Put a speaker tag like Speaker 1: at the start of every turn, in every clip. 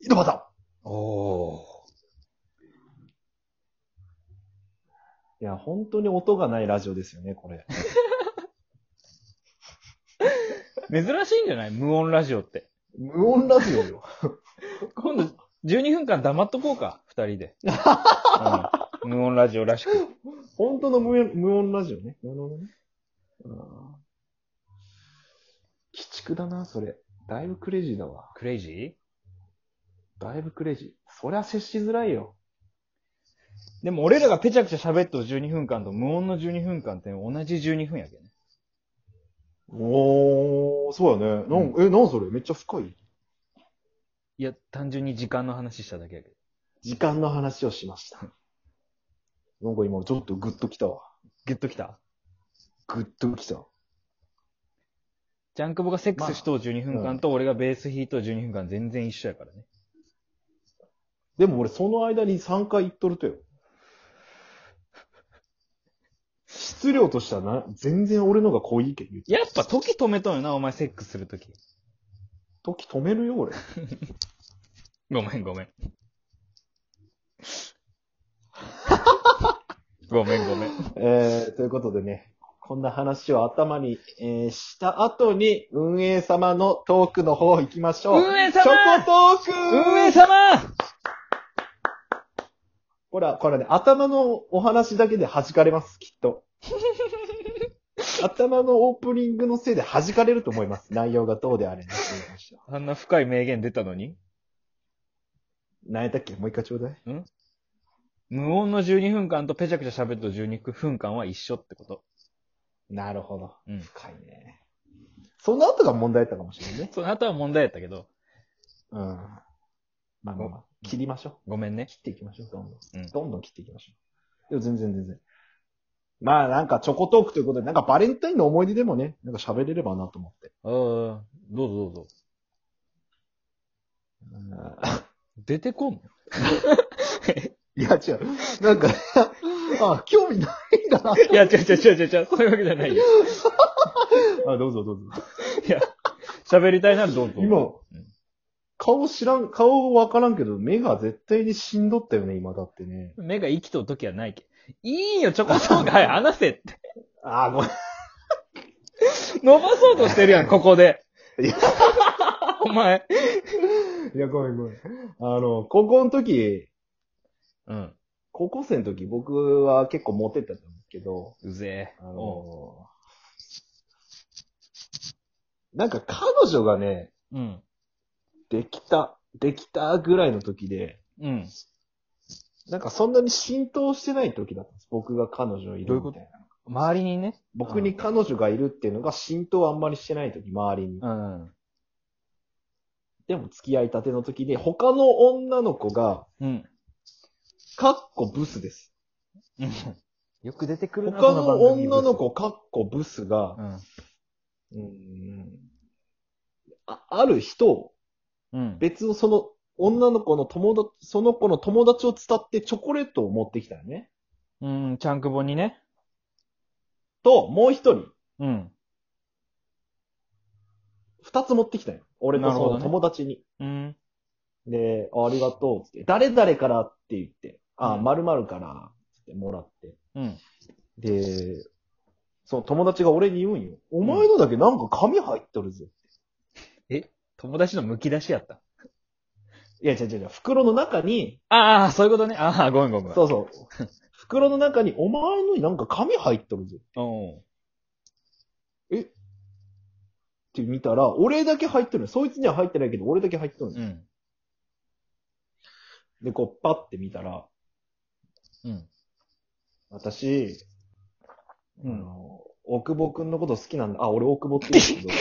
Speaker 1: 井戸端
Speaker 2: おー。
Speaker 3: いや、本当に音がないラジオですよね、これ。
Speaker 2: 珍しいんじゃない無音ラジオって。
Speaker 1: 無音ラジオ よ。
Speaker 2: 今度、12分間黙っとこうか、二人で、うん無音ラジオらしく。
Speaker 3: 本当の無音無音ラジオね。なるほどね。うん鬼畜だな、それ。だいぶクレイジーだわ。
Speaker 2: クレイジ
Speaker 3: だいぶクレイジー。そりゃ接しづらいよ。
Speaker 2: ーでも俺らがぺちゃくちゃ喋っとる12分間と無音の12分間って同じ12分やけどね。
Speaker 1: おー、そうやね。なん、え、なんそれめっちゃ深い。
Speaker 2: いや、単純に時間の話しただけやけど。
Speaker 3: 時間の話をしました。
Speaker 1: なんか今ちょっとグッときたわ。
Speaker 2: グッときた
Speaker 1: グッときた。
Speaker 2: ジャンクボがセックスしとう12分間と俺がベース弾いとう12分間全然一緒やからね。
Speaker 1: でも俺その間に3回言っとるとよ。質量としてはな、全然俺のが濃いけど言う。
Speaker 2: やっぱ時止めとんよな、お前セックスするとき。
Speaker 1: 時止めるよ、俺。
Speaker 2: ごめん ごめん。ごめんごめん。
Speaker 1: えー、ということでね、こんな話を頭に、えー、した後に、運営様のトークの方行きましょう。
Speaker 2: 運営
Speaker 1: チョ
Speaker 2: 様
Speaker 1: コトーク
Speaker 2: 運営様
Speaker 1: ほら、これね、頭のお話だけで弾かれます、きっと。頭のオープニングのせいで弾かれると思います。内容がどうであれな。
Speaker 2: あんな深い名言出たのに
Speaker 1: 何やったっけもう一回ちょうだい。
Speaker 2: 無音の12分間とペチャクチャ喋っと12分間は一緒ってこと。
Speaker 1: なるほど。
Speaker 2: うん
Speaker 1: 深いね。その後が問題だったかもしれないね。
Speaker 2: その後は問題やったけど、
Speaker 1: うん。まあまあまあ、切りましょ
Speaker 2: ごめん
Speaker 1: う。
Speaker 2: ね。
Speaker 1: 切っていきましょう、どんどん。
Speaker 2: うん
Speaker 1: どんどん切っていきましょう。いや、全然全然。まあなんかチョコトークということで、なんかバレンタインの思い出でもね、なんか喋れればなと思って。
Speaker 2: ああ、どうぞどうぞ。
Speaker 1: うん
Speaker 2: 出てこんの
Speaker 1: いや、違う。なんか、あ、興味ないんだな。
Speaker 2: いや、違う違う違う違う違う、そういうわけじゃないよ。
Speaker 1: あ、どうぞどうぞ。
Speaker 2: 喋りたいならどうぞ。
Speaker 1: 今、顔知らん、顔わからんけど、目が絶対にしんどったよね、今だってね。
Speaker 2: 目が生きとう時はないけ。いいよ、チョコト ーク、はい、話せって。
Speaker 1: あ、ごめん。
Speaker 2: 伸ばそうとしてるやん、ここで。 お前。
Speaker 1: いや、ごめんごめん。あの、高校の時、
Speaker 2: うん。
Speaker 1: 高校生の時、僕は結構モテてたんですけど、
Speaker 2: うぜえ。
Speaker 1: あ
Speaker 2: おう
Speaker 1: の、なんか彼女がね、
Speaker 2: うん。
Speaker 1: できた、できたぐらいの時で、
Speaker 2: うん。
Speaker 1: なんかそんなに浸透してない時だったんです。僕が彼女いるみたいな。
Speaker 2: どういうこと周りにね。
Speaker 1: 僕に彼女がいるっていうのが浸透あんまりしてない時、周りに。
Speaker 2: うん。
Speaker 1: でも付き合いたての時で、他の女の子が、
Speaker 2: うん。
Speaker 1: かっこブスです。
Speaker 2: よく出てくるな、
Speaker 1: 他の
Speaker 2: こ番組
Speaker 1: 女の。子かっこブスが、
Speaker 2: うん。
Speaker 1: うーんあある人を、
Speaker 2: うん。
Speaker 1: 別のその女の子の友達、その子の友達を伝ってチョコレートを持ってきたよね。
Speaker 2: うん、ちゃんくぼにね。
Speaker 1: と、もう一人、
Speaker 2: うん。
Speaker 1: 二つ持ってきたよ。俺の
Speaker 2: なるほ
Speaker 1: そ
Speaker 2: ど
Speaker 1: の
Speaker 2: ね
Speaker 1: 友達に。
Speaker 2: うん。
Speaker 1: で、あありがとうっつって、誰々からって言って、あ、
Speaker 2: うん
Speaker 1: 〇〇からってもらって。
Speaker 2: うん。
Speaker 1: で、その友達が俺に言うんよ。お前のだけなんか髪入っとるぜ。
Speaker 2: 友達の剥き出しやった。
Speaker 1: いや、違う違う違う、袋の中に、
Speaker 2: ああ、そういうことね。ああ、ごめんごめん。
Speaker 1: そう そう。袋の中に、お前のになんか髪入っとるぜ。っ
Speaker 2: おう。
Speaker 1: て見たら、俺だけ入っとるの。そいつには入ってないけど、俺だけ入っとるの。
Speaker 2: うん。
Speaker 1: で、こう、パって見たら、
Speaker 2: うん。
Speaker 1: 私、
Speaker 2: う
Speaker 1: あ
Speaker 2: ん。
Speaker 1: の、大久保くんのこと好きなんだ。あ、俺大久保って言うんだ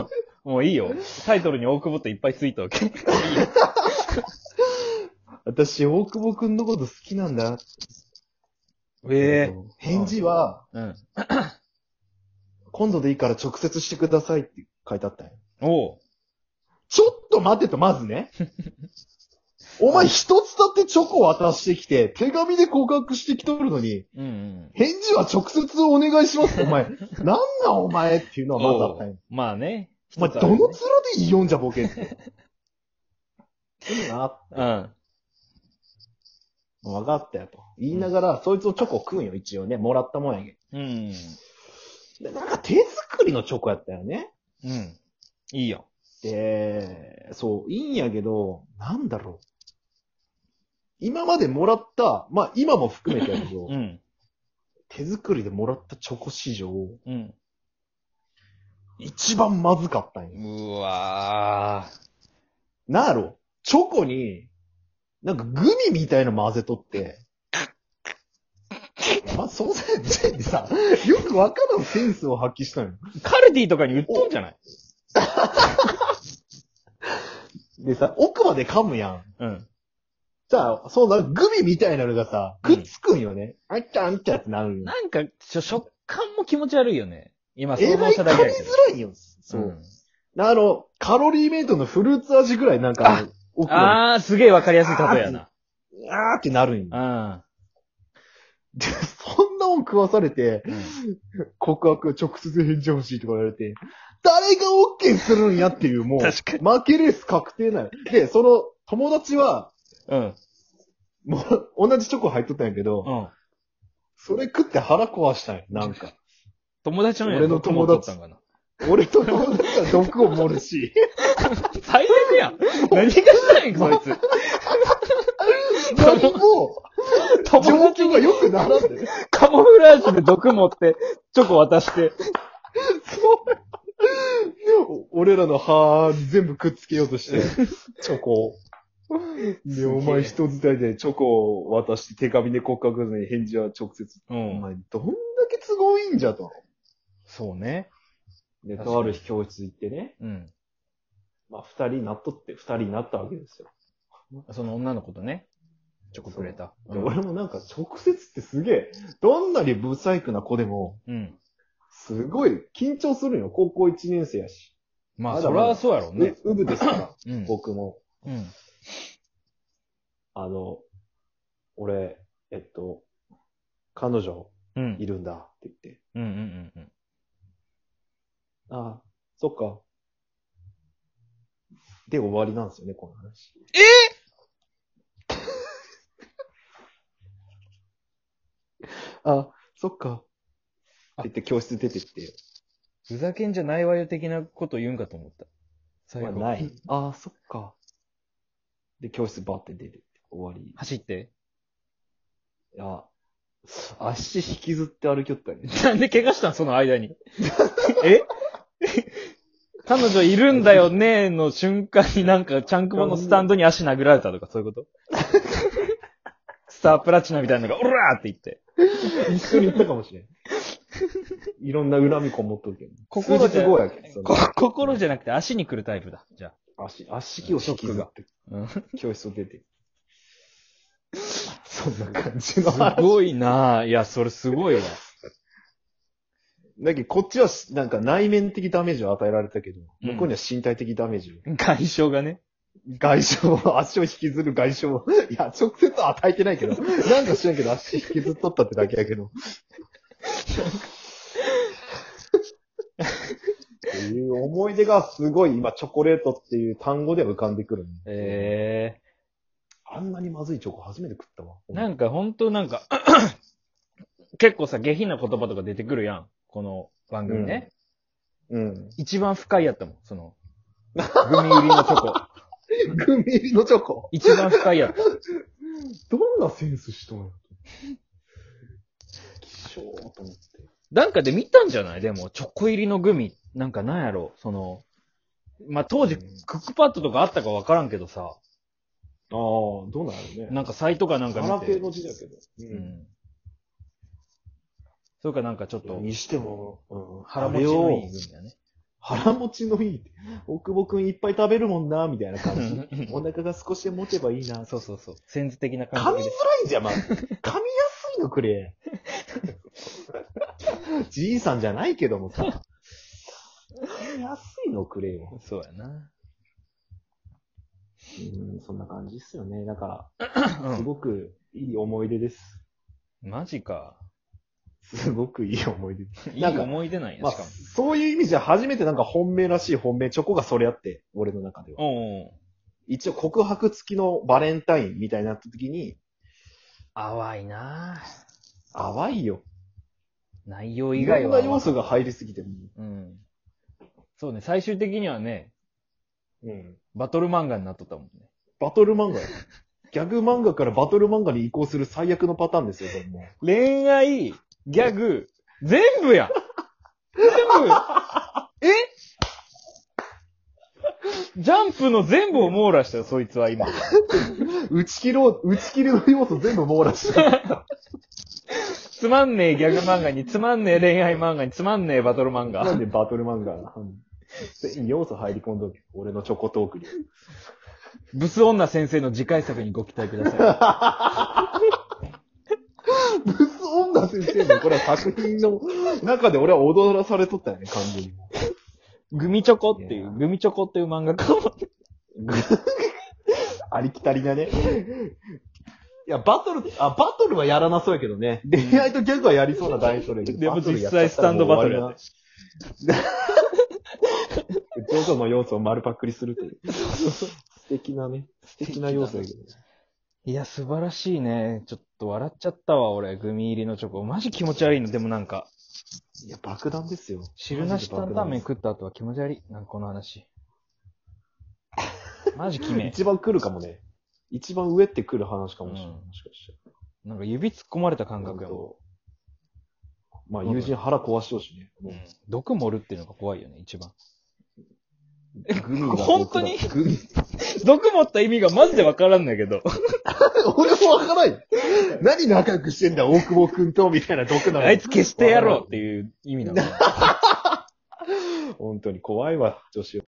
Speaker 1: けど、
Speaker 2: もういいよ。タイトルに大久保っていっぱいついたわけ。
Speaker 1: 私、大久保くんのこと好きなんだ。
Speaker 2: ええ。
Speaker 1: 返事は、
Speaker 2: うん。
Speaker 1: 今度でいいから直接してくださいって書いてあったんよ。
Speaker 2: おう。
Speaker 1: ちょっと待てと、まず ね。お前一つだってチョコ渡してきて、手紙で告白してきとるのに、
Speaker 2: うんうん。
Speaker 1: 返 事は直接お願いします。お前、なんなんお前っていうのはまずあったんよ
Speaker 2: まあね。
Speaker 1: お前、
Speaker 2: 一つあ
Speaker 1: ど
Speaker 2: るよ
Speaker 1: の
Speaker 2: ね
Speaker 1: 面でイオンじゃボケんのいいな、
Speaker 2: うん。
Speaker 1: 分かったよと。言いながら、そいつをチョコ食うんよ、一応ね。もらったもんやけ
Speaker 2: うん。
Speaker 1: ど。でなんか手作りのチョコやったよね。
Speaker 2: うん。いいよ。
Speaker 1: で、そう、いいんやけど、なんだろう。今までもらった、まあ今も含めてやけど、
Speaker 2: うん。
Speaker 1: 手作りでもらったチョコ史上、
Speaker 2: うん。
Speaker 1: 一番まずかったんよ。
Speaker 2: うわ
Speaker 1: なんやろチョコに、なんかグミみたいなの混ぜと って、まあ、その時点でさ、よくわからんセンスを発揮したのよ。
Speaker 2: ー。カルディとかに売っとんじゃない
Speaker 1: でさ、奥まで噛むやん。
Speaker 2: うん。
Speaker 1: さあ、そうだ、グミみたいなのがさ、くっつくんよね。あっちゃあんちゃってなるんよ。
Speaker 2: なんか、ちょ食感も気持ち悪いよね。今、
Speaker 1: え
Speaker 2: 想
Speaker 1: ら
Speaker 2: 像
Speaker 1: い
Speaker 2: した
Speaker 1: 噛
Speaker 2: だ
Speaker 1: み
Speaker 2: け
Speaker 1: づ
Speaker 2: だけど。
Speaker 1: らいよ。そうう。
Speaker 2: ん。
Speaker 1: あの、カロリーメイトのフルーツ味ぐらいなんか、奥ま
Speaker 2: あー、すげえわかりやすい例えやな。
Speaker 1: で、あーってなるんよ。
Speaker 2: うん。
Speaker 1: で、そんなもん食わされて、
Speaker 2: うん
Speaker 1: 告白は直接返事欲しいとか言われて、誰がオッケーするんやっていう、もう、
Speaker 2: 確かに
Speaker 1: 負けレース確定なの。で、その友達は、
Speaker 2: うん。
Speaker 1: もう、同じチョコ入っとったんやけど、
Speaker 2: うん。
Speaker 1: それ食って腹壊したんや、なんか。
Speaker 2: 友達のやつ
Speaker 1: 俺の友達
Speaker 2: 毒持っとったんか
Speaker 1: 俺と友達は毒を盛る し、
Speaker 2: な。最悪やん何がしたいん、こいつ。
Speaker 1: 何も、
Speaker 2: 友
Speaker 1: 状
Speaker 2: 達
Speaker 1: 況が
Speaker 2: に
Speaker 1: 良くならんで。
Speaker 2: カモフラージュで毒持って、チョコ渡して。
Speaker 1: そう。俺らの歯に全部くっつけようと して、チョコを。で、お前人伝いでチョコを渡して手紙で告白するのに返事は直接
Speaker 2: う
Speaker 1: お
Speaker 2: ん。
Speaker 1: 前、どんだけ都合いいんじゃと。
Speaker 2: そうね。
Speaker 3: で、
Speaker 2: 確かに
Speaker 3: とある日教室行ってね、
Speaker 2: うん。
Speaker 3: まあ、二人になっとって、二人になったわけですよ。
Speaker 2: その女の子とね、チョコくれた。
Speaker 1: で俺もなんか直接ってすげえ、どんなにブサイクな子でも、
Speaker 2: うん。
Speaker 1: すごい緊張するんよ。高校1年生やし。
Speaker 2: まあ、
Speaker 1: ま
Speaker 2: そ
Speaker 1: だ
Speaker 2: り
Speaker 1: ま
Speaker 2: ゃ
Speaker 1: だ
Speaker 2: そうやろうね
Speaker 1: ね。、うぶですから、
Speaker 2: うん。
Speaker 1: 僕も。
Speaker 2: うん。
Speaker 1: あの、俺、えっと、彼女
Speaker 2: うん
Speaker 1: い。るんだって言って。
Speaker 2: うんうんうん。
Speaker 1: ああ、そっか。で、終わりなんですよね、この話。え あ、そっか。って言って教室出てって。
Speaker 2: ふざけんじゃないわよ的なこと言うんかと思った。最
Speaker 1: まあ、
Speaker 2: 後。
Speaker 1: ない。ああ、そっか。で、教室バーって出てって、終わり。
Speaker 2: 走って。
Speaker 1: いや、足引きずって歩きよったね。
Speaker 2: なんで怪我したんその間 に。え 彼女いるんだよねーの瞬間になんか、ちゃんくまのスタンドに足殴られたとか、そういう ことスタープラチナみたいなのが、オラーって言って。
Speaker 1: 一緒に行ったかも しれん。いろんな恨みこもっとるけど。
Speaker 2: 心じ
Speaker 1: 数
Speaker 2: ゃ
Speaker 1: 日後やけんそ
Speaker 2: こ
Speaker 1: の
Speaker 2: 心じゃなくて足に来るタイプだ。じゃあ。
Speaker 1: 足、足を引きずって、
Speaker 2: うん
Speaker 1: 教室を出 て。そんな感じの
Speaker 2: すごいなぁ。いや、それすごいわ。
Speaker 1: だけど、こっちはしなんか内面的ダメージを与えられたけど、
Speaker 2: うん
Speaker 1: 向こうには身体的ダメージを。
Speaker 2: 外傷がね。
Speaker 1: 外傷を、足を引きずる外傷を。いや、直接は与えてないけど、なんか知らんけど足引きずっとったってだけやけど。っていう思い出がすごい今、チョコレートっていう単語では浮かんでくるね、
Speaker 2: え
Speaker 1: あんなにまずいチョコ初めて食ったわ。
Speaker 2: えなんかほんとなんか、 結構さ、下品な言葉とか出てくるやん。この番組ね。
Speaker 1: うん。
Speaker 2: 一番不快やったもん。その、グミ入りのチ ョコ。
Speaker 1: グミ入りのチョコ。
Speaker 2: 一番不快やった。
Speaker 1: どんなセンスしとんやろ。希少と思って。
Speaker 2: なんかで見たんじゃないでも、チョコ入りのグミ。なんかなんやろその、まあ、当時、クックパッドとかあったかわからんけどさ、
Speaker 1: ああ、どうなるね。
Speaker 2: なんかサイトかなんか
Speaker 1: ガラ
Speaker 2: 見
Speaker 1: ケー
Speaker 2: て。
Speaker 1: の字だけど。
Speaker 2: う。
Speaker 1: うん
Speaker 2: それかなんかちょっと、
Speaker 1: にしても、うん、
Speaker 2: 腹持ちのいいグミだね。
Speaker 1: 腹持ちのいい。大久保くんいっぱい食べるもんな、みたいな感
Speaker 2: うん
Speaker 1: じ。お腹が少しでも持てばいいな。
Speaker 2: そうそうそう。センズ的な
Speaker 1: 噛
Speaker 2: 感
Speaker 1: みづ
Speaker 2: じ
Speaker 1: ら
Speaker 2: で。
Speaker 1: いじゃん、まず。噛みやすいのくれ。じいさんじゃないけども さ。噛みやすいのくれよ。
Speaker 2: そうや な。
Speaker 1: うん、そんな感じっすよね。だから、
Speaker 2: う
Speaker 1: す
Speaker 2: ん
Speaker 1: ごくいい思い出です。
Speaker 2: マジか。
Speaker 1: すごくいい思い出。
Speaker 2: いい
Speaker 1: なんか
Speaker 2: 思い出なんや、
Speaker 1: まあ、
Speaker 2: しかも。
Speaker 1: そういう意味じゃ初めてなんか本命らしい本命チョコがそれあって、俺の中では。
Speaker 2: おう
Speaker 1: 一応告白付きのバレンタインみたいになった時に、
Speaker 2: 淡いなぁ
Speaker 1: 淡いよ。
Speaker 2: 内容以
Speaker 1: いろ
Speaker 2: 外
Speaker 1: ん
Speaker 2: は。
Speaker 1: な要素が入りすぎても
Speaker 2: うん。そうね、最終的にはね、
Speaker 1: う、うん。
Speaker 2: バトル漫画になっとったもんね。
Speaker 1: バトル漫画よ。ギャグ漫画からバトル漫画に移行する最悪のパターンですよ、これもう。
Speaker 2: 恋愛、ギャグ、全部やん全 部えジャンプの全部を網羅したよ、そいつは今。
Speaker 1: 打ち切ろう、打ち切りの要素全部網羅した。
Speaker 2: つまんねえギャグ漫画に、つまんねえ恋愛漫画に、つまんねえバトル 漫
Speaker 1: な
Speaker 2: 画
Speaker 1: ん。でバトル漫画うん全員要素入り込んどけ。俺のチョコトークに。
Speaker 2: ブス女先生の次回作にご期待くださ
Speaker 1: ブス女先生のこれは作品の中で俺は踊らされとったよね、完全に。
Speaker 2: い。グミチョコってい、
Speaker 1: いうや
Speaker 2: グミチョコっていう漫画かも。
Speaker 1: ありきたりなね。いや、バトル、あ、バトルはやらなそうやけどね。恋愛とギャグはやりそうな大それ。
Speaker 2: でも実際スタンドバトルや
Speaker 1: バトルやっちゃったらもう終わりだな。ジョジョの要素を丸パックリするという。素敵なね。素敵な要素やけどね。
Speaker 2: いや、素晴らしいね。ちょっと笑っちゃったわ、俺。グミ入りのチョコ。マジ気持ち悪いの。でもなんか、
Speaker 1: いや、爆弾ですよ。
Speaker 2: 汁なし担々
Speaker 1: マ
Speaker 2: 麺
Speaker 1: ジで爆弾
Speaker 2: 食った後は気持ち悪い。なんかこの 話。マジキメ
Speaker 1: です。一番来るかもね。一番上って来る話かもしれない。
Speaker 2: うん
Speaker 1: もしかして。
Speaker 2: なんか指突っ込まれた感覚やも
Speaker 1: 本当まあ、友人腹壊しようしね。
Speaker 2: ん。
Speaker 1: も
Speaker 2: う
Speaker 1: うん
Speaker 2: 毒盛るっていうのが怖いよね、一番。
Speaker 1: グミが
Speaker 2: 本当に
Speaker 1: グミ
Speaker 2: 毒盛った意味がマジでわからんだけど。
Speaker 1: 俺もわからん。何仲良くしてんだ、大久保くんと、みたいな毒なの。
Speaker 2: あいつ消してやろうっていう意味なのかな。
Speaker 1: 本当に怖いわ、女子は。